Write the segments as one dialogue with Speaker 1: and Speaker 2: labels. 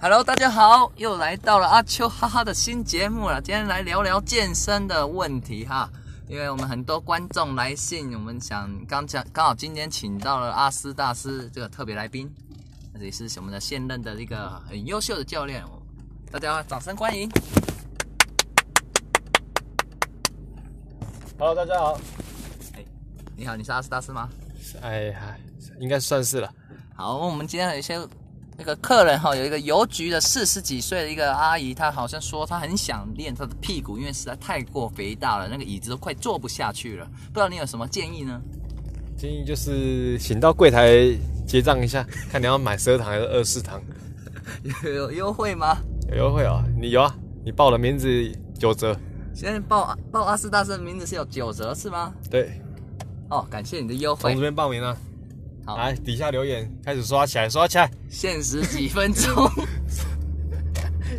Speaker 1: Hello，大家好，又来到了阿秋哈哈的新节目了。今天来聊聊健身的问题哈，因为我们很多观众来信，我们想刚讲刚好今天请到了阿斯大师这个特别来宾，这里是我们的现任的一个很优秀的教练，大家掌声欢迎。
Speaker 2: Hello，大家好。
Speaker 1: 你好，你是阿斯大师吗？
Speaker 2: 哎呀，应该算是了。
Speaker 1: 好，我们今天有一些那个客人哈、有一个邮局的四十几岁的一个阿姨，她好像说她很想练她的屁股，因为实在太过肥大了，那个椅子都快坐不下去了。不知道你有什么建议呢？
Speaker 2: 建议就是请到柜台结账 一下，看你要买蛇糖还是二四糖，
Speaker 1: 有有优惠吗？
Speaker 2: 有优惠哦。你有啊？你报了名字九折。
Speaker 1: 现在报报阿斯大师的名字是有九折是吗？
Speaker 2: 对，
Speaker 1: 哦，感谢你的优
Speaker 2: 从
Speaker 1: 惠
Speaker 2: 这。边报名啊。
Speaker 1: 好
Speaker 2: 来底下留言，开始刷起来，刷起来，
Speaker 1: 限时几分钟，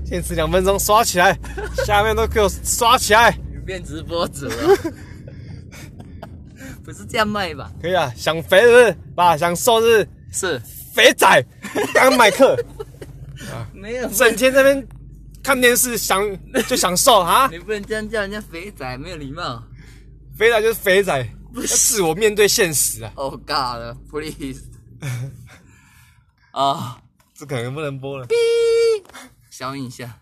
Speaker 2: 限时两分钟，刷起 来，下面都给我刷起来，
Speaker 1: 你变直播主了。不是这样卖吧？
Speaker 2: 可以啊。想肥是不是？爸，想瘦是不是
Speaker 1: 是
Speaker 2: 肥仔，刚买 课，
Speaker 1: 没有
Speaker 2: 整天这边看电视，想就想瘦啊。
Speaker 1: 你不能这样叫人家肥仔，没有礼貌。
Speaker 2: 肥仔就是肥仔，要自我面对现实啊。
Speaker 1: Oh God, please！啊，
Speaker 2: 这可能不能播了。
Speaker 1: 消音一下。